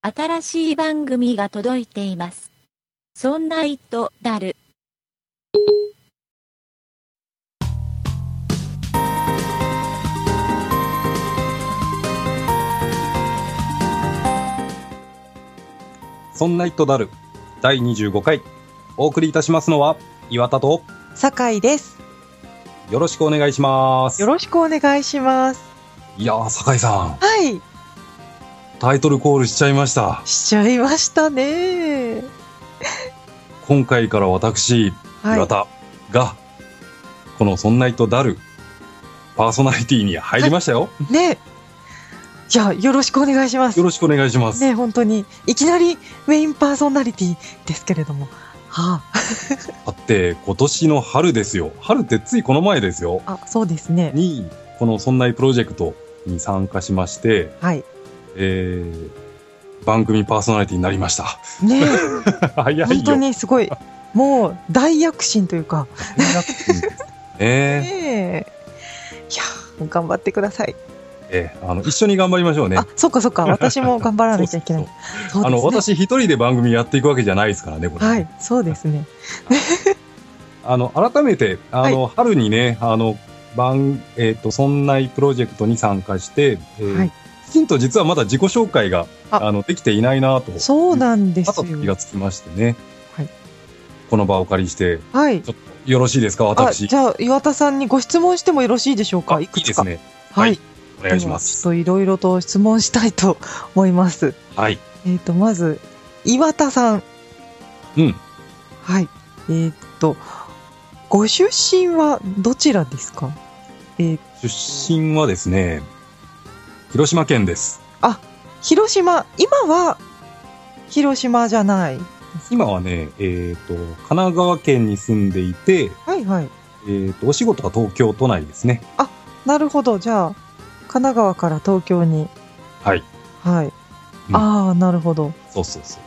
新しい番組が届いています。そんな糸だる。そんな糸だる第25回お送りいたしますのは岩田と酒井です。よろしくお願いしますよろしくお願いします。いやー酒井さはい、んタイトルコールしちゃいましたしちゃいましたね。今回から私はい。岩田がこの「そんな糸だる」パーソナリティに入りま したよ、ね。じゃあ、よろしくお願いしますよ。ろしくお願いします、ね、本当に。いきなりメインパーソナリティですけれども。はだって今年の春ですよ春ってついこの前ですよあ、あ、そうですね。にこの「そんな糸プロジェクト」に参加しまして、はい。えー番組パーソナリティになりました ね、早いよ本当にすごい。もう、大躍進というか。 えねえ。いや、頑張ってください。えええあの一緒に頑張りましょうね。あ、そっかそっか。私も頑張らなきゃいけない そう。そうあのですね。私一人で番組やっていくわけじゃないですからね、これ。はい、そうですね。あの改めてあの、春にね、あの番えっ、とそんないプロジェクトに参加して、えーはいきちんと実はまだ自己紹介がああのできていないなと、そうなんです後で気よ。がつきましてね。はいこの場をお借りしてはい。よろしいですか、あ、私。じゃあ岩田さんにご質問してもよろしいでしょうか。あいいいくでつすか。ね。はい。はいお願いします。ではちょっといろいろと質問したいと思います。はい。えっ、とまず岩田さん。うん。はい。えっ、とご出身はどちらですか。えー出身はですね、広島県です。広島今は広島じゃない。今はね、えっ、と、神奈川県に住んでいて、はいはい。えっ、と、お仕事は東京都内ですね。なるほど。じゃあ神奈川から東京に。はい。はい。うんああなるほど。そうそうそう。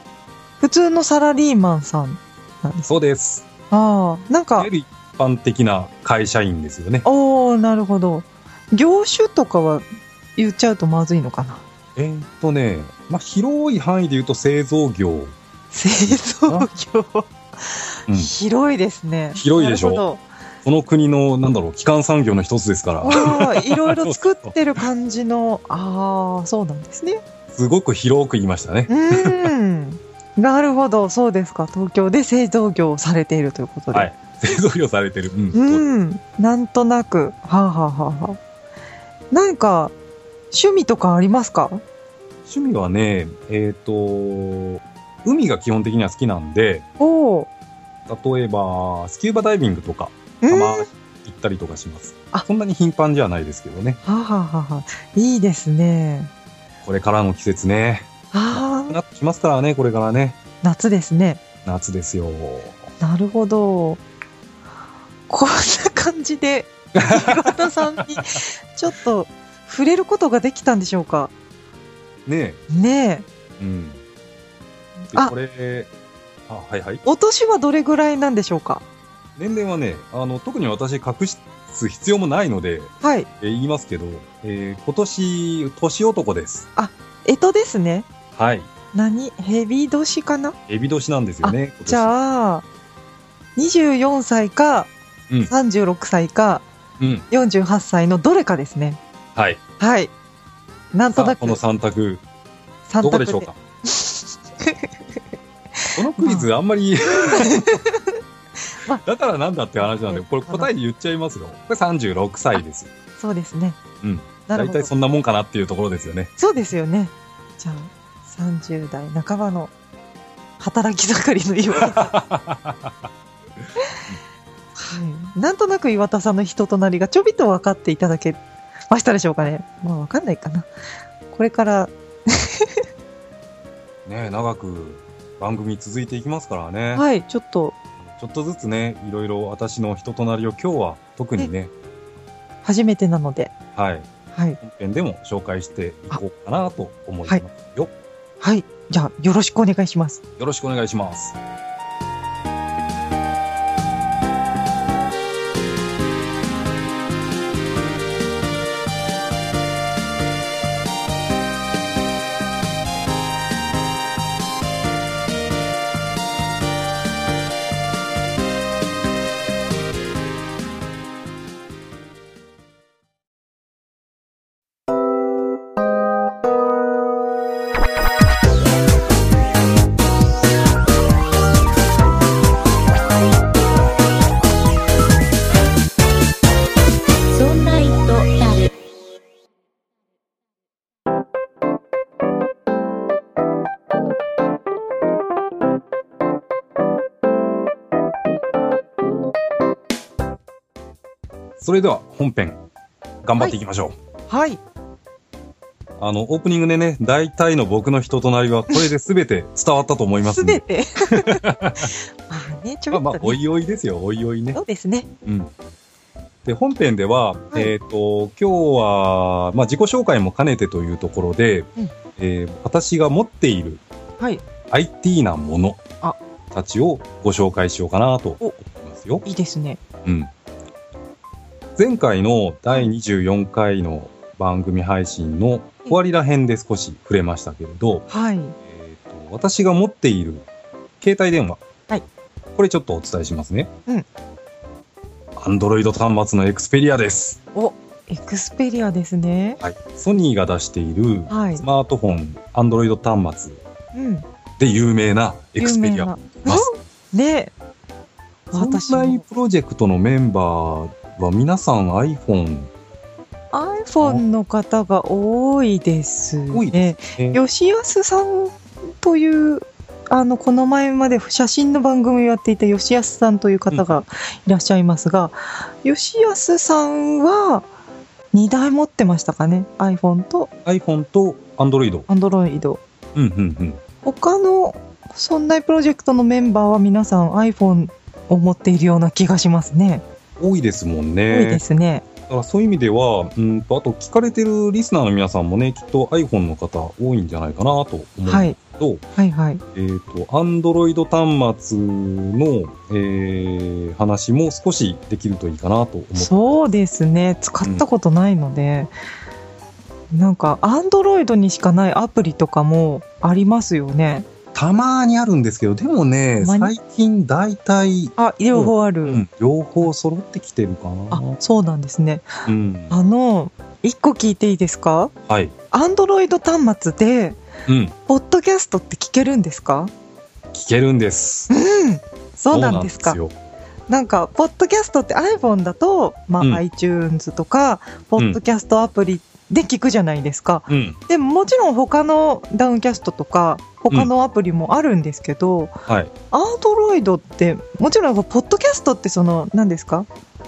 普通のサラリーマンさんなんです。そうです。ああないんわかゆ。る一般的な会社員ですよね。おー、なるほど。業種とかは言っちゃうとまずいのかな。えっ、とね、まあ、広い範囲で言うと製造業。製造業。うん広いですね。広いでしょなるほどこの国の、なんだろう、基幹産業の一つですから、あーいろいろ作ってる感じの、ああ、そうなんですね。すごく広く言いましたね。 うーん。 なるほど、そうですか。東京で製造業をされているということで。はい製造業されてる。うん。うん。なんとなく。はあ、はあはあはあ、なんか、趣味とかありますか趣味はね、えっ、と、海が基本的には好きなんで、おー例えば、スキューバダイビングとか、うたん。まはに行ったりとかします。あそんなに頻繁じゃないですけどね。あ、はあはあはあ、いいですね。これからの季節ね。ああ、なってきますからね、これからね。夏ですね。夏ですよ。なるほど。こんな感じで、岩田さんに、ちょっと、触れることができたんでしょうか。ねねえ。え。うん。であこれ、あ、はいはい。お年はどれぐらいなんでしょうか年齢はね、あの、特に私隠す必要もないので、はい。えー言いますけど、えー今年、年男です。えとですね。はい。何ヘビ年かなエビ年なんですよね。じあ、ゃあ、24歳か、うん36歳か、うん。 48歳のどれかですね。はい。はい。なんとさあなくこの三択、 3どこでしょう か。このクイズあんまり、まあだからなんだって話なんで、これ答え言っちゃいますよ。これ36歳ですよ。そうですね。うん。なる大ほど体。そんなもんかなっていうところですよね。そうですよね。じゃあ、30代半ばの働き盛りの岩田さん。はい。なんとなく岩田さんの人となりがちょびっと分かっていただけましたでしょうかね。まあ分かんないかな。これから、ねえ長く番組続いていきますからね。はい、ちょっとちょっとずつね、いろいろ私の人となりを今日は特にね、初めてなので。はい、はい。本編でも紹介していこうかなと思いますよ。はい。じゃあ、よろしくお願いします。よろしくお願いします。それでは本編、頑張っていきましょはい。う。あの、オープニングでね、大体の僕の人となりは、これで全て伝わったと思いますすんべで。て。 まあね、ちまょびあまっと、あね。、おいおいですよ、おいおいね。そうですね。うん。で、本編では、いえっ、と、今日は、まあ、自己紹介も兼ねてというところで、うんえー私が持っているはい。 IT なものあたちをご紹介しようかなとお思いますよ。いいですね。うん。前回の第24回の番組配信の終わりら辺で少し触れましたけれど、はい。えーと私が持っている携帯電話、はいこれちょっとお伝えしますね。うん。アンドロイド端末のエクスペリアです。お、エクスペリアですね。はい。ソニーが出しているはいス。マートフォン、アンドロイド端末うん。で有名なエクスペリ有ア。名なバスうんね。本私来もプロジェクトのメンバーは皆さん iPhone iPhone の方が多いです多いねで。ね吉安さんというあのこの前まで写真の番組をやっていた吉安さんという方がいらっしゃいますが、吉安さんは2台持ってましたかね iPhone と iPhone と Android。 Android うんうんうん。他のそんなプロジェクトのメンバーは皆さん iPhone を持っているような気がしますね、多いですもん多いでね。すねだからそういう意味では、うんと、あと聞かれてるリスナーの皆さんもね、きっと iPhone の方多いんじゃないかなと思うんですはいけど、はいはいえっ、と、Android 端末の、えー話も少しできるといいかなと思って。そうですね使ったことないので、なんかアンドロイドにしかないアプリとかもありますよねたまにあるんですけど、でもね、たま最に近大体、あ両方ある、うん、両方揃ってきてるかあな。そうなんですねうん。あの一個聞いていいですかはい。アンドロイド端末でうん。ポッドキャストって聞けるんですか聞けるんです。うん そうなんですかそうなんですよ。なんか、ポッドキャストって iPhone だと、まあ、うん iTunes とか、ポッドキャストアプリで聞くじゃないですか。うん。でも、もちろん他のダウンキャストとか、他のアプリもあるんですけど、はい。 Android って、もちろん、ポッドキャストってその、何ですか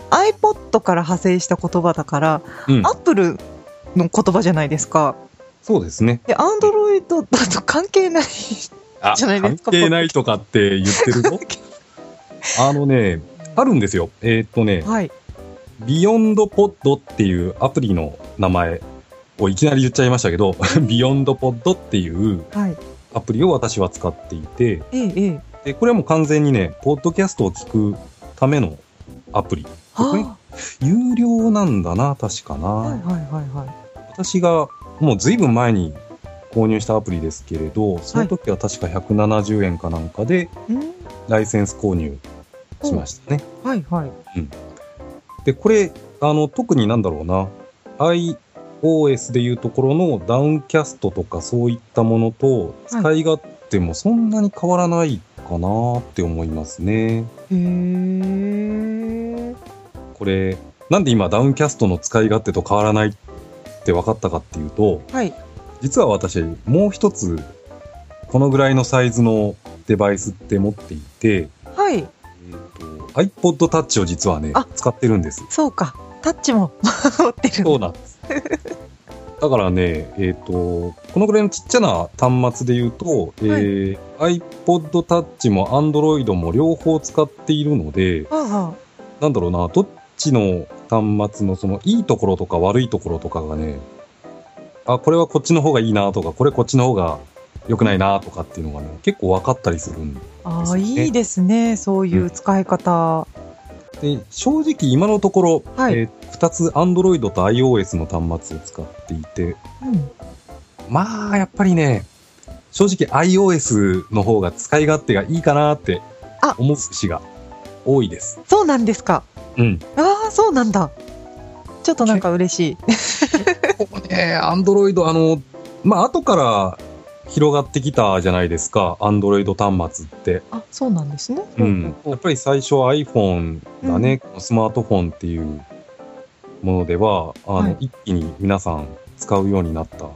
?iPod から派生した言葉だから、うん。 Apple の言葉じゃないですか。そうですね。で、Android だと関係ない。あじゃないですか関係ないとかって言ってる のあのね、あるんですよ。えーっとね、はい。ビヨンドポッドっていうアプリの名前をいきなり言っちゃいましたけど、 ビヨンドポッドっていうはい。アプリを私は使っていて、ええ、ええ。でこれはもう完全にね、ポッドキャストを聞くためのアプリ。これは有料なんだな、確かな。あはいはいはいはい。私がもうずいぶん前に購入したアプリですけれど、その時は確か170円かなんかでうんライセンス購入しましたね。はいはい。で、これ、あの、特になんだろうな、iOS でいうところのダウンキャストとかそういったものと使い勝手もそんなに変わらないかなって思いますね。へえ。これ、なんで今ダウンキャストの使い勝手と変わらないって分かったかっていうと、はい。実は私、もう一つ、このぐらいのサイズのデバイスって持っていて、はい。えーと iPod Touch を実はねあ、使ってるんです。そうか。タッチも 持ってる。そうなんです。だからね、えっ、と、このぐらいのちっちゃな端末で言うと、えー iPod Touch も Android も両方使っているので、はあはなんだろうな、どっちの端末のそのいいところとか悪いところとかがね、あ、これはこっちの方がいいなとか、これこっちの方が良くないなとかっていうのがね、結構分かったりするんで、あ。あですあ、ねいいですね。そういう使い方。で正直今のところ、はいえ2つ Android と iOS の端末を使っていて、うん。まあ、やっぱりね、正直 iOS の方が使い勝手がいいかなってあ思う節が多いです。そうなんですか。うん。ああ、そうなんだ。ちょっとなんか嬉しい。ここね、Android、あの、まあ、後から広がってきたじゃないですか、Android 端末って。あ、そうなんですね。うん。やっぱり最初 iPhone がね、このスマートフォンっていうものでは、あの、はい一気に皆さん使うようになった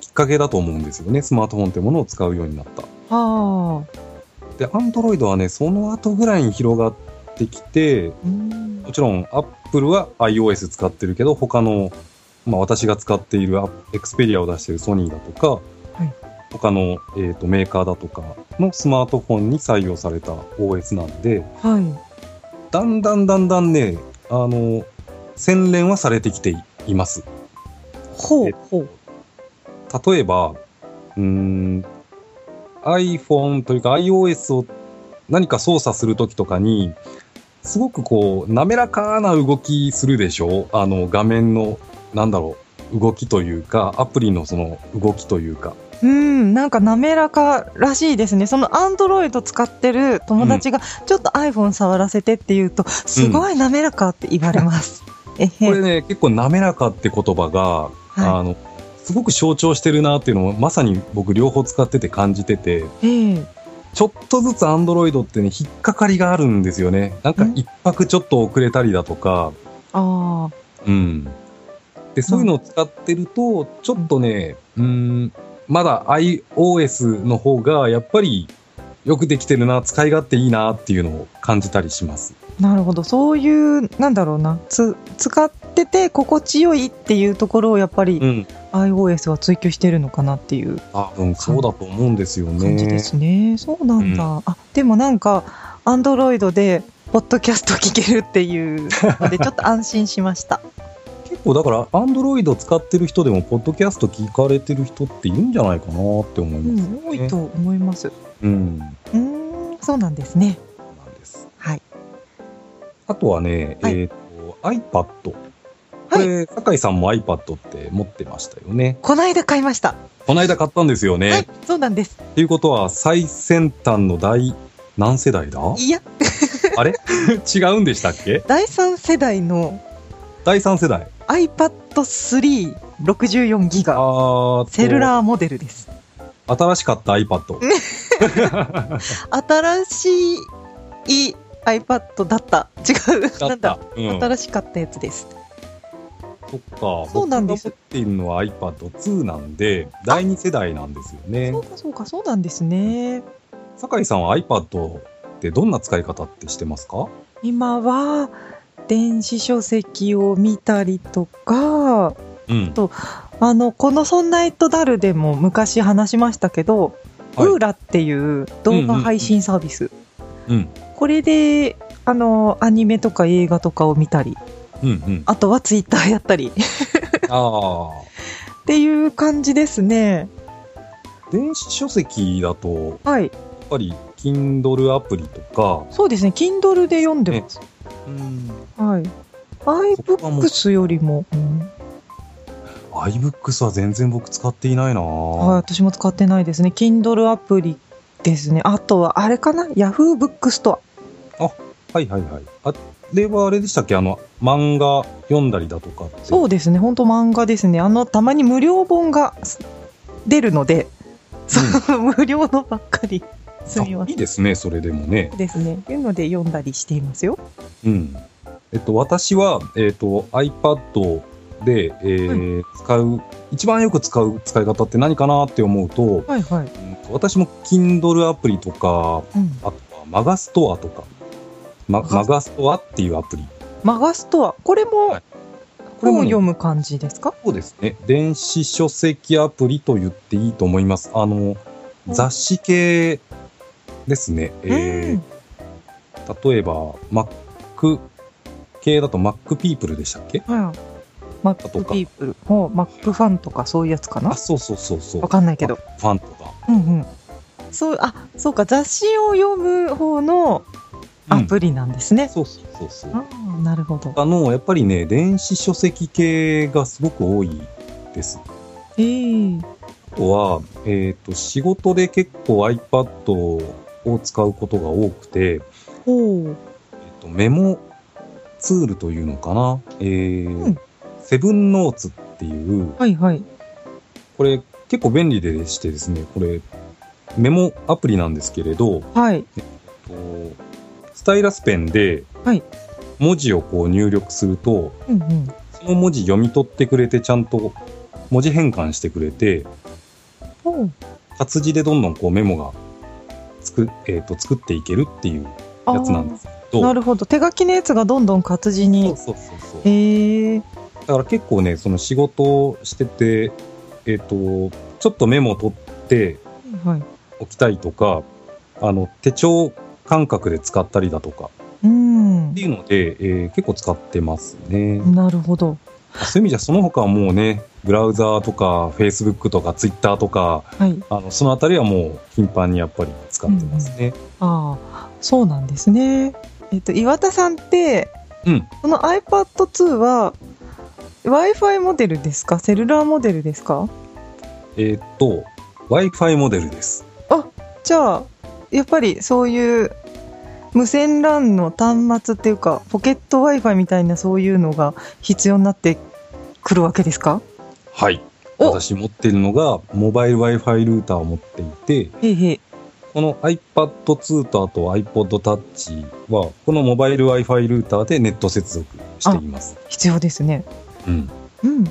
きっかけだと思うんですよね。スマートフォンってものを使うようになった。はあ。で、アンドロイドはね、その後ぐらいに広がっってきて、うんもちろん Apple は iOS 使ってるけど、他の、まあ、私が使っている Xperia を出しているソニーだとか、はい他の、えー、とメーカーだとかのスマートフォンに採用された OS なんで、はい。だんだんだんだんね、あの、洗練はされてきていいます。ほうえほう。例えば、うーん、iPhone というか iOS を何か操作するときとかに、すごくこう、滑らかな動きするでしょあの、画面の、なんだろう、動きというか、アプリのその動きというか。うん、なんか滑らからしいですね。そのアンドロイド使ってる友達が、ちょっと iPhone 触らせてって言うと、すごい滑らかって言われ ます。えこへれね、結構滑らかって言葉が、はあの、すごく象徴してるなっていうのを、まさに僕両方使ってて感じてて、い。ええ。ちょっとずつ Android ってね、引っかかりがあるんですよね。なんかうん一泊ちょっと遅れたりだとか、あうん。で、そういうのを使ってると、ちょっとね、うん、まだ iOS の方が、やっぱり、よくできてるな、使い勝手いいなっていうのを感じたりします。あ、なるほど。そういう、なんだろうな。つ、使ってて心地よいっていうところをやっぱり、ん。 iOS は追求してるのかなっていう多分そうだと思うんですよね。感じですね。そうなんだ。うあ、でもなんか、アンドロイドで、ポッドキャスト聞けるっ ていうので、ちょっと安心しました。結構だから、Android 使ってる人でも、ポッドキャスト聞かれてる人っているんじゃないかなって思いうます。ん、多いと思います。うん。なんうーん、そうなんですね。です。はい。あとはね、はいえっ、と、iPad。これ、酒井さんも iPad って持ってましたよね。こないだ買いました。この間買ったんですよね。はい、そうなんです。っていうことは、最先端の第何世 代だいや、あれ違うんでしたっけ第3世代の第3世代。 iPad 364ギガあセルーラーモデルです。と。新しかった iPad。新しい iPad だった。違う。だなっんだた。。うん。新しかったやつです。そっか。そうなんです僕が持っているのは iPad2 なんで、第2世代なんですよねそう。かそうかそうなんですね。酒井さんは iPad ってどんな使い方ってしてますか今は電子書籍を見たりとか、うん。あのこのそんなイトダルでも昔話しましたけど、はいウーラっていう動画配信サービス。うん。これであのアニメとか映画とかを見たり、うんうん。ああとはツイッターやったりっあー。ていう感じですね。電子書籍だと、はい、やっぱり Kindle アプリとか、そうですね。Kindle で読んでます。はい。こはもう iBooks よりも、うん、 iBooks は全然僕使っていないなはい、ぁ私も使ってないですね。Kindle アプリですね。あとは、あれかな ?Yahoo ブックストはいはいはい。あれはあれでしたっけあの、漫画読んだりだとかって。ア。そうですね。本当漫画ですね。あの、たまに無料本がす出るので、そう 無料のばっかりすみまあいせん。いですね、それでもね。ですね。いうので読んだりしていますよ。うん。えっと、私は、えっと、iPad で、えー使う、一番よく使う使い方って何かなって思うと、うんはいはい。私も Kindle アプリとか、うん。あとはマガストアとか、ま、マガマガストアっていうアプリ。マガストア。これも、はいこれ本もをね読む感じですかそうですね。電子書籍アプリと言っていいと思います。あの、うん雑誌系ですね。うえんー、例えば、Mac 系だと Mac People でしたっけはい。マッとクかピープル。ほうマックファンとかそういうやつかなあ、そうそうそうそう。わかんないけど。ファンとか。うんうん。そう、あ、そうか、雑誌を読む方のアリ、プリなんですね。そうそうそうそう。ああ、なるほど。あの、やっぱりね、電子書籍系がすごく多いです。ええあとは、えっ、と、仕事で結構 iPad を使うことが多くて、ほえう。っと、メモツールというのかな、えーうんセブンノーツっていう、はいはい。これ結構便利でしてですね、これメモアプリなんですけれど、はい。とスタイラスペンではい文字をこう入力すると、うんうん。その文字読み取ってくれて、ちゃんと文字変換してくれて、ほう。活字でどんどんこうメモがつく、えー、と作っていけるっていうあ。やつなんですすけそうなるほど手書きのやつがどんどん活字にそうそうそうそう。えー、だから結構ね、その仕事をしてて、えっ、と、ちょっとメモを取ってはいおきたいとか、あの、手帳感覚で使ったりだとかうんっていうので、えー結構使ってますね。なるほどそういう意味じゃ、その他はもうね、ブラウザーとか、フェイスブックとか、ツイッターとか、はいあのそのあたりはもう頻繁にやっぱり使ってますね。ああそうなんですねえっと岩田さんってうん。この iPad2 は w i f i モデルですかセルラーモデルですかえーっと、Wi-Fi モデルです。じゃあやっぱりそういう無線 LAN の端末っていうかポケット w i f i みたいなそういうのが必要になってくるわけですかはい。お私持ってるのが、モバイル Wi-Fi ルーターを持っていて、へいへいこの iPad2 とあと iPod Touch は、このモバイル Wi-Fi ルーターでネット接続しています。必要ですねうん。うん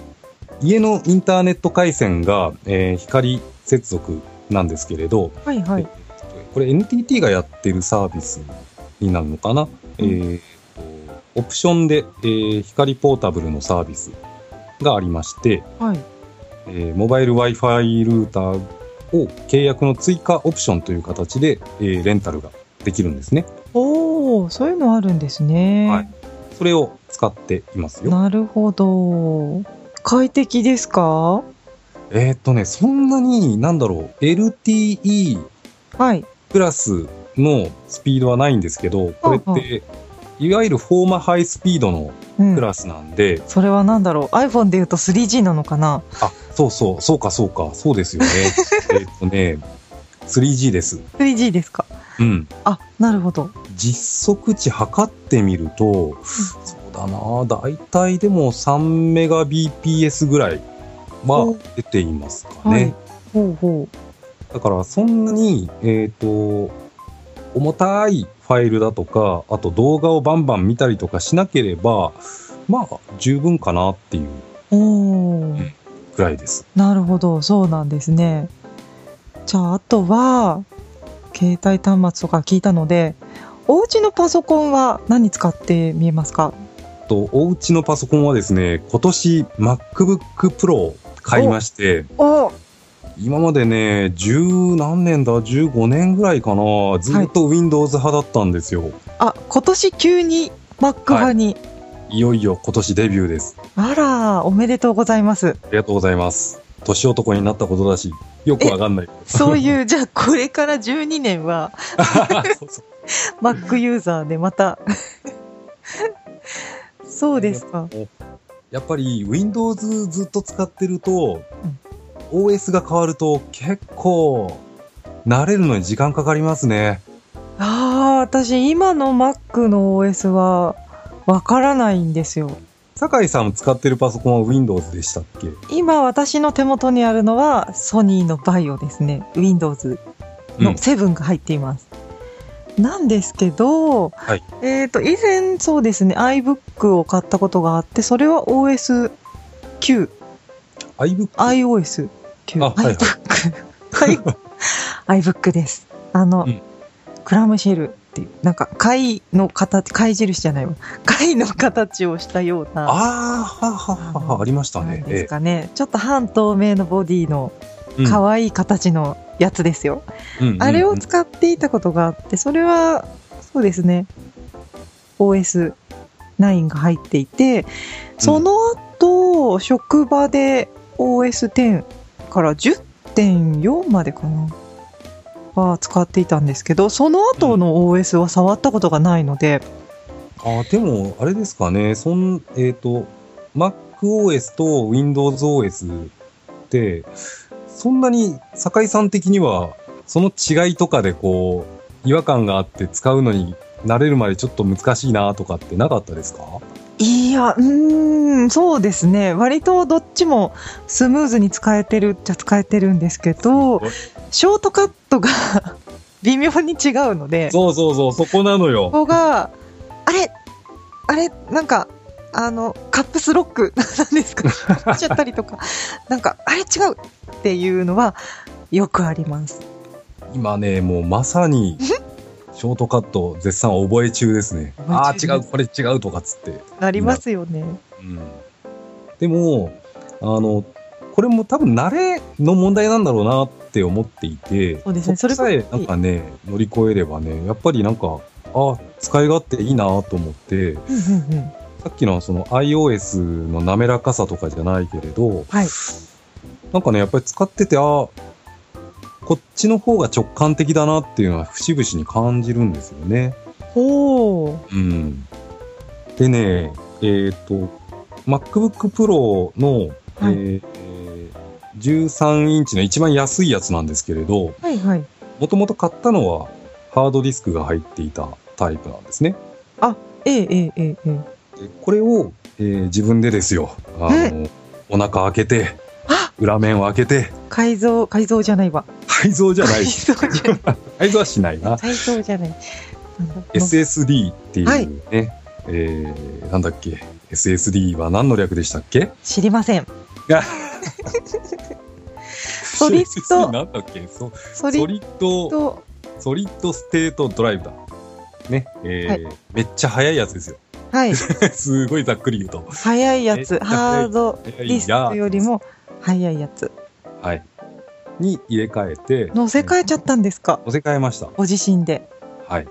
家のインターネット回線が、えー光接続なんですけれど、はいはいこれ NTT がやってるサービスになるのかな、えーとオプションで、えー光ポータブルのサービスがありまして、はいえーモバイル Wi-Fi ルーターを契約の追加オプションという形で、えーレンタルができるんですね。おおそういうのあるんですね、はいそれを使っていますよ。なるほど快適ですかえーっとね、そんなに、なんだろう、LTE はいプラスのスピードはないんですけど、これうんうっんて、いわゆるフォーマハイスピードのうんクラスなんで、それは何だろう iPhone で言うと 3G なのかなあ、そうそう、そうかそうか、そうです よね。えっとね、3G です。 3G ですかうん。あなるほど実測値測ってみると、そうだな、だいたいでも3メガ BPS ぐらいは出ていますかはい、ね。ほうほだからそんなに、えっ、と、重たいファイルだとか、あと動画をバンバン見たりとかしなければ、まあ、十分かなっていううおおくらいです。なるほどそうなんですねじゃああとは携帯端末とか聞いたのでお家のパソコンは何使ってみえますかと、お家のパソコンはですね、今年 MacBook Pro を買いまして、お今までね、十何年だ、15年ぐらいかな、ずっと Windows 派だったんですよ。あ今年急に Mac 派に、い、よいよ今年デビューです。あらおめでとうございますありがとうございます。年男になったことだし、よくわかん ない。そういうじゃあこれから12年はそうそう Mac ユーザーでまたそうですかやっぱり Windows ずっと使ってると、ん OS が変わると結構慣れるのに時間かかりますね。ああ私今の Mac の OS はわからないんですよ酒井さんも使ってるパソコンは Windows でしたっけ今私の手元にあるのはソニーのバイオですね Windows のうん7が入っています、なんですけど、はいえっ、と以前そうですね iBook を買ったことがあってそれは OS9iOS9 iBook? あはいはい iBook はい iBook ですあの、うんクラムシェルっていうなんか貝の形貝印じゃないわ 貝の形をしたようなああ、ははははは、ありましたなんね。ですかね、ちょっと半透明のボディのええ可愛い形のやつですよ、うんうんうんあれを使っていたことがあってそれはそうですね OS9 が入っていてその後、職場で OS10 から10.4までかなは使っていたんですけどその後の OS は触ったことがないので、あでも、あれですかね、そんえっ、と、MacOS と WindowsOS って、そんなに酒井さん的には、その違いとかでこう、違和感があって使うのに慣れるまでちょっと難しいなとかってなかったですかいやうーんそうですね割とどっちもスムーズに使えてるっちゃ使えてるんですけどショートカットが 微妙に違うのでこそうそうそう、そこなのよ。こがあれあれなんかあのカップスロック なんですかしちゃったりとかなんかあれ違うっていうのはよくあります今ね、もうまさに、シショートカット絶賛覚え中ですね。ああ覚え中でーす違うこれ違うとかっつって。なりますよね。うん、でもあのこれも多分慣れの問題なんだろうなって思っていてそうですねこさえそれがなんかね乗り越えればねやっぱりなんかあ使い勝手いいなと思ってうんうんうん。さっきのその iOS の滑らかさとかじゃないけれどはい。なんかねやっぱり使っててあこっちの方が直感的だなっていうのは節々に感じるんですよね。ほう。うん、でね、えっ、と、MacBook Pro の、はえーい13インチの一番安いやつなんですけれど、はいはい。もともと買ったのはハードディスクが入っていたタイプなんですね。ええええええええ。でこれを、えー自分でですよ、あのお腹開けてあ、裏面を開けて、改造、改造じゃないわ。改造じゃな改い、造じゃない。 改造はしないな。改造じゃない。 SSD っていうね、はいえーなんだっけ、SSD は何の略でしたっけ知りません。ソリッ ドなんだっけソソリソッリッド、ド、ソリッドステートドライブだ。ね、えーめっちゃ速いやつですよ。 はい。すごいざっくり言うと。速いやめ つ。っちゃ速いハードデ速ィいスやクよりも速いやつ。はい。に入れ替えて。乗せ替えちゃったんですか乗せ替えました。ご自身で。はい。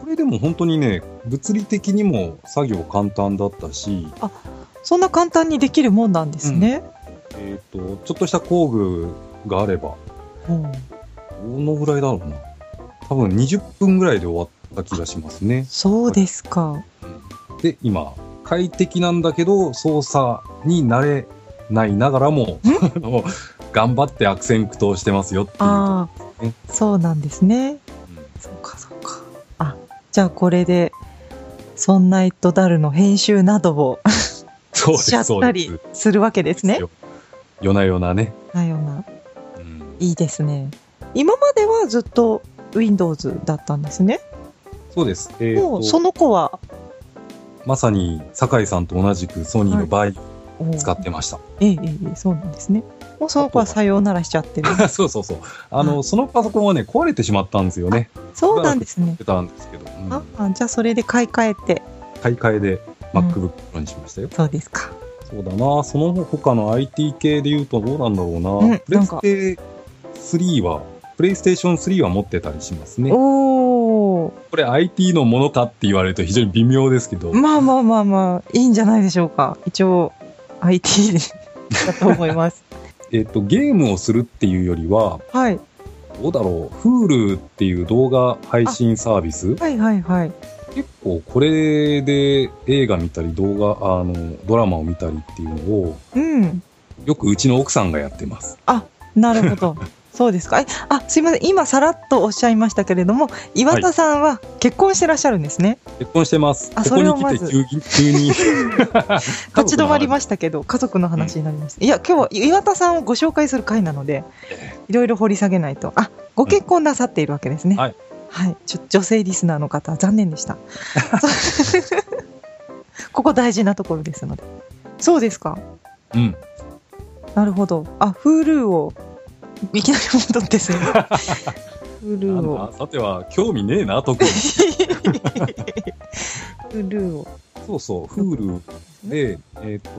これでも本当にね、物理的にも作業簡単だったし、そんな簡単にできるもんなんですね。えっ、と、ちょっとした工具があれば、うんどのぐらいだろうな。多分20分ぐらいで終わった気がしますね。そうですか。で今快適なんだけど操作に慣れないながら もあの頑張って悪戦苦闘してますよっていうと、あねあ、そうなんですね。そうかそうか。あ、じゃあこれで、そんなイットダルの編集などをそうでしちゃすっそうたですりするわけですねよ。夜な夜なね、なような。うんいいですね。今まではずっと Windows だったんですね。そうです、えーともうその子は、まさに酒井さんと同じくソニーの場合おう使ってました、 ええええええ、そうなんですね。もうその子はさようならしちゃってる。そうそうそうあの、そのパソコンはね壊れてしまったんですよねそうなんですね言っ。てたんですけど、うんああ、じゃあそれで買い替えて。買い替えでうん MacBook Pro にしましたよ、そうですか。そうだな、その他の IT 系で言うとどうなんだろうな、うんプレステ3は、プレイステーション3は持ってたりしますね。おお、これ IT のものかって言われると非常に微妙ですけど、まあまあまあまあ、いいんじゃないでしょうか。一応、IT だと思います。えっと、ゲームをするっていうよりは、はい。どうだろう、Hulu っていう動画配信サービス、はいはいはい。結構これで映画見たり動画、あの、ドラマを見たりっていうのを、うん。よくうちの奥さんがやってます。なるほ ど。そうですか。えあ、すいません。今、さらっとおっしゃいましたけれども、岩田さんは結婚してらっしゃるんですね。結婚してます。あこそこれにをま来ずて急に、急に。 立ち止まりまましたけど、家族の話になります。いや、今日は岩田さんをご紹介する回なので、いろいろ掘り下げないと。あ、ご結婚なさっているわけですね。うんはい。はい。ちょ女性リスナーの方、残念 でした。そうここ大事なところですので。そうですか。うん。なるほど。あ、Hulu を、いきなり戻ってすみません。Hulu をなん。ださては興味ねえな特に Hulu を。そうそう Hulu でえっ、と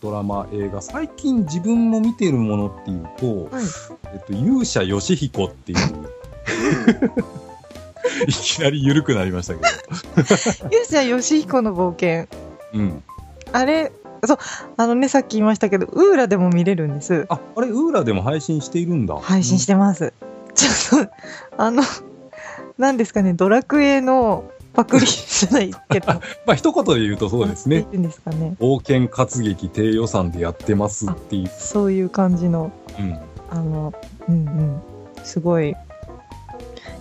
ドラマ映画最近自分も見てるものっていうと,、はいえっと勇者ヨシヒコっ ていういきなり緩くなりましたけど、勇者ヨシヒコの冒険。うん、あれ、そう、あのね、さっき言いましたけど、ウーラでも見れるんです。ああれウーラでも配信しているんだ、配信しててます。ちょっと、あの、なんですかね、ドラクエのパクリじゃないけど、うんまあ一言で言うと そうですなんねて言うんですかね。冒険活劇低予算でやってますっていう、そういう感じの、うん、あの、うんうん、すごい、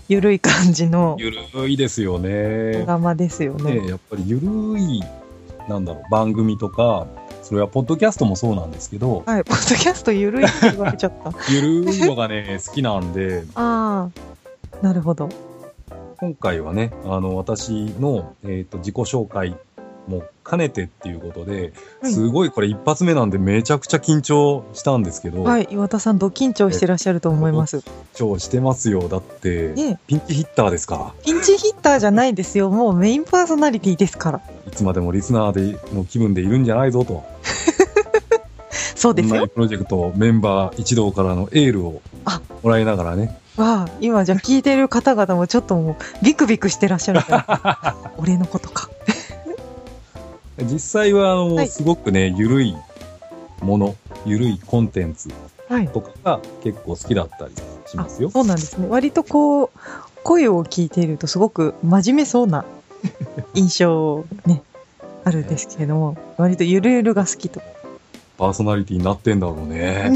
ゆるい感じのゆるいですよねドラマですよね。ね、やっぱりゆるいなんだろう番組とかそれはポッドキャストもそうなんですけ どはい、ポッドキャストゆるいって言われちゃ った。ゆるいのがね好きなんでああ、なるほど。今回はねあの私の、えー、と自己紹介も兼ねてっていうことで、すごいこれ一発目なんでめちゃくちゃ緊張したんですけど、はい、岩田さん、ど緊張してらっしゃると思います。緊張してますよ。だって、ね、ピンチヒッターですから。ピンチヒッターじゃないですよ。もうメインパーソナリティですから。いつまでもリスナーでの気分でいるんじゃないぞと。そうですよ。プロジェクトメンバー一同からのエールをあもらいながらね。わあ、今じゃ聞いてる方々もちょっともうビクビクしてらっしゃるから。俺のことか。実際は、あの、はいすごくね、ゆるいもの、ゆるいコンテンツはい。とかが結構好きだったりしあ、ますよ。そうなんですね。割とこう、声を聞いているとすごく真面目そうな印象ね、あるんですけれども、割とゆるゆるが好きと。パーソナリティになってんだろうね。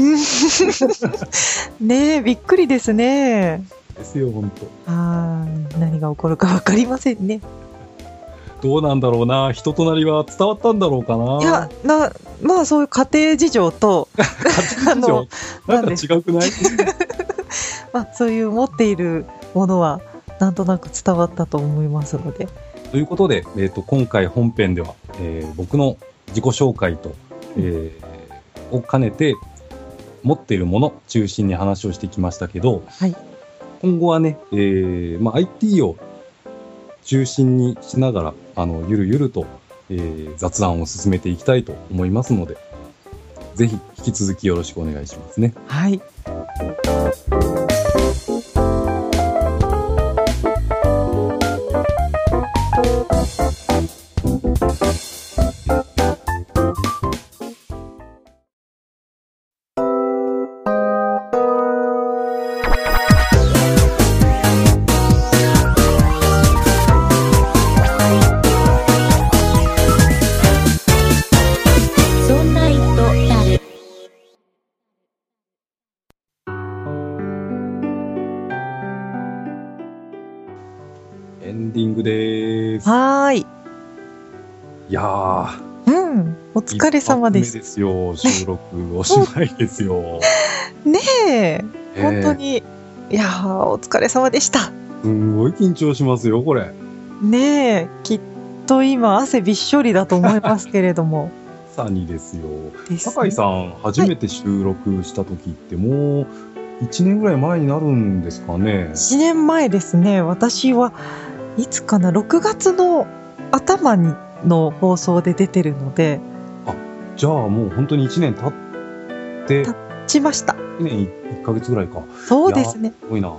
ねえ、びっくりですね。ですよ、本当あー何が起こるか分かりませんね。どうなんだろうな。人となりは伝わったんだろうかな。いや、な、まあそういう家庭事情と、あ以上の、なんか違くないまあそういう持っているものは、なんとなく伝わったと思いますので。ということで、えー、と今回本編では、えー僕の自己紹介と、えーを兼ねて持っているもの中心に話をしてきましたけど、はい今後はね、えーまあ、IT を中心にしながらあのゆるゆると、えー雑談を進めていきたいと思いますのでぜひ引き続きよろしくお願いしますね。はい。そんな糸だる。エンディングです。はーい。いやーうん。お疲れ様で一す。発目ですよ。収録おしまいですよ。ねえ、 本当えに。いやーお疲れ様でした。ーすんごい緊張しますよ、これ。ねえ、きっと今汗びっしょりだと思いますけれ ども。さにですよ。ですね酒井さん、初めて収録した時ってもう1年ぐらい前になるんですかね。 1年前ですね私はいつかな6月の頭にの放送で出てるのでじゃあもう本当に1年経って、経っしました1年1ヶ月ぐらいか。そうですねすごいな。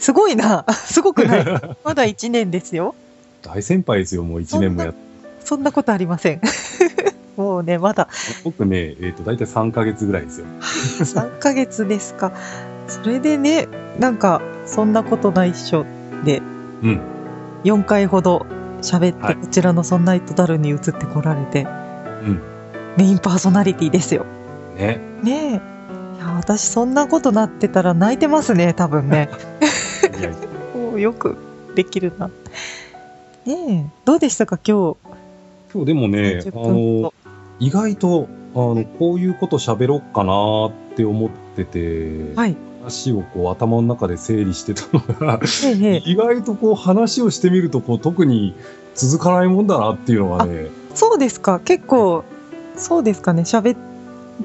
すごいな すごくない まだ1年ですよ大先輩ですよ、もう1年もやって。そんなことありません もうねまだ僕ね、えっ、と、大体3ヶ月ぐらいですよ。 3ヶ月ですかそれでねなんかそんなことないっしょでうん。 4回ほど喋って、はいこちらの「そんなイトダル」に移ってこられてうん。メインパーソナリティですよね。ねえいや私そんなことなってたら泣いてますね多分ねいや もうよくできるなねえどうでしたか今日今日でもね、あ30分のと、意外と、あの、こういうこと喋ろっかなーって思ってて、はい話をこう頭の中で整理してたのが、ええええ意外とこう話をしてみるとこう特に続かないもんだなっていうのがね、そうですか結構そうですかね喋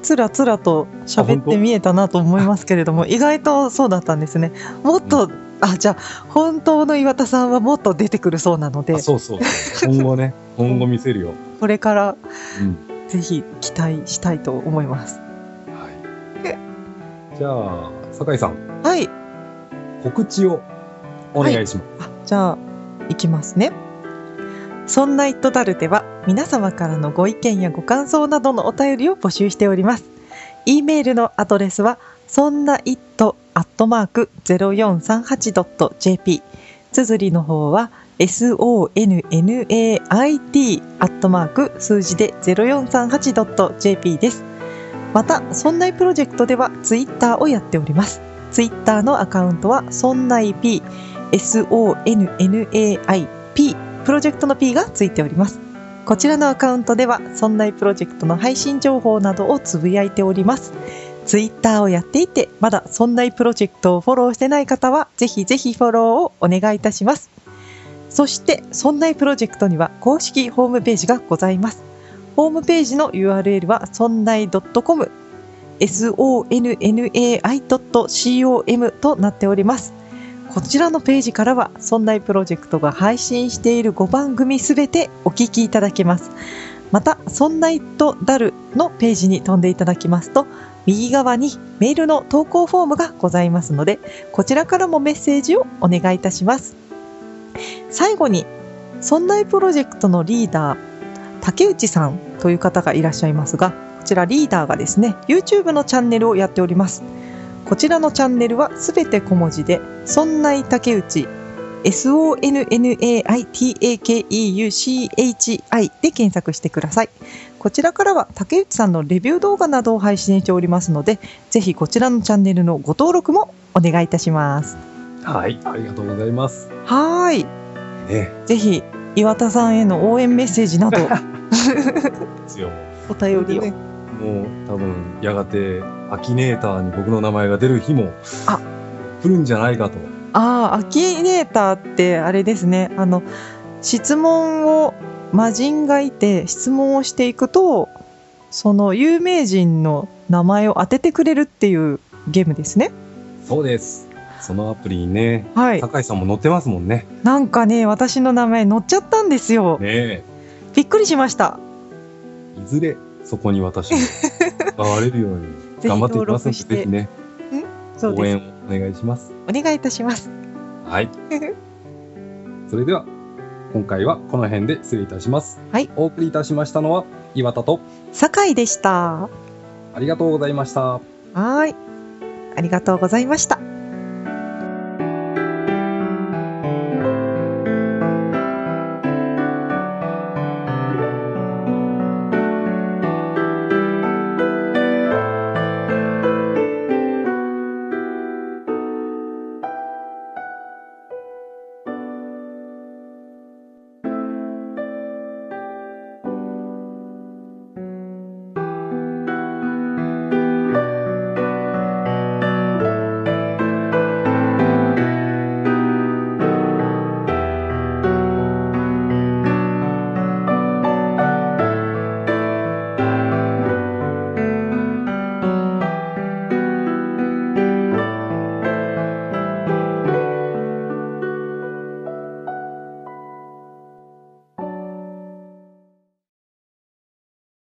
つらつらと喋あ本っ当て見えたなと思いますけれども意外とそうだったんですねもっと、あじゃあ本当の岩田さんはもっと出てくるそうなのであそうそう そう今後ね、今後見せるよ。これからうん。ぜひ期待したいと思いますはい。じゃあ、酒井さん、はい告知をお願いします。あじゃあ、いきますね。そんなイットダルテは、皆様からのご意見やご感想などのお便りを募集しております。e メールのアドレスは、そんな it アットマーク 0438.jp。綴りの方は、sonnait アットマーク数字で 0438.jp です。また、そんないプロジェクトではツイッターをやっております。ツイッターのアカウントは、そんない p SONNAIP プロジェクトの P がついておりますこちらのアカウントではそんないプロジェクトの配信情報などをつぶやいておりますツイッターをやっていてまだそんないプロジェクトをフォローしてない方はぜひぜひフォローをお願いいたしますそして、そんないプロジェクトには公式ホームページがございます。ホームページの URL は、そんない .com、sonnai.com となっております。こちらのページからは、そんないプロジェクトが配信している5番組すべてお聞きいただけます。また、そんないとダルのページに飛んでいただきますと、右側にメールの投稿フォームがございますので、こちらからもメッセージをお願いいたします。最後に、そんないプロジェクトのリーダー、竹内さんという方がいらっしゃいますが、こちらリーダーがですね、YouTube のチャンネルをやっております。こちらのチャンネルはすべて小文字で、そんない竹内、sonnaitakeuchi で検索してください。こちらからは竹内さんのレビュー動画などを配信しておりますので、ぜひこちらのチャンネルのご登録もお願いいたします。はい、ありがとうございます。はーい。ね、ぜひ岩田さんへの応援メッセージなどですよ。お便りを、ねもう多分やがてアキネーターに僕の名前が出る日もあ来るんじゃないかと。ああアキネーターってあれですねあの質問を魔人がいて質問をしていくとその有名人の名前を当ててくれるっていうゲームですねそうです。そのアプリにね、はい酒井さんも載ってますもんね。なんかね私の名前載っちゃったんですよねびっくりしましたえ、いずれそこに私 も関われるようにぜひ頑張っていき登ますの録で、してぜひね、そう応で援すをお願いします。お願いいたします はい。それでは、今回はこの辺で失礼いたします。はい。お送りいたしましたのは、岩田と、酒井でしたはありがとうございました。ーいありがとうございました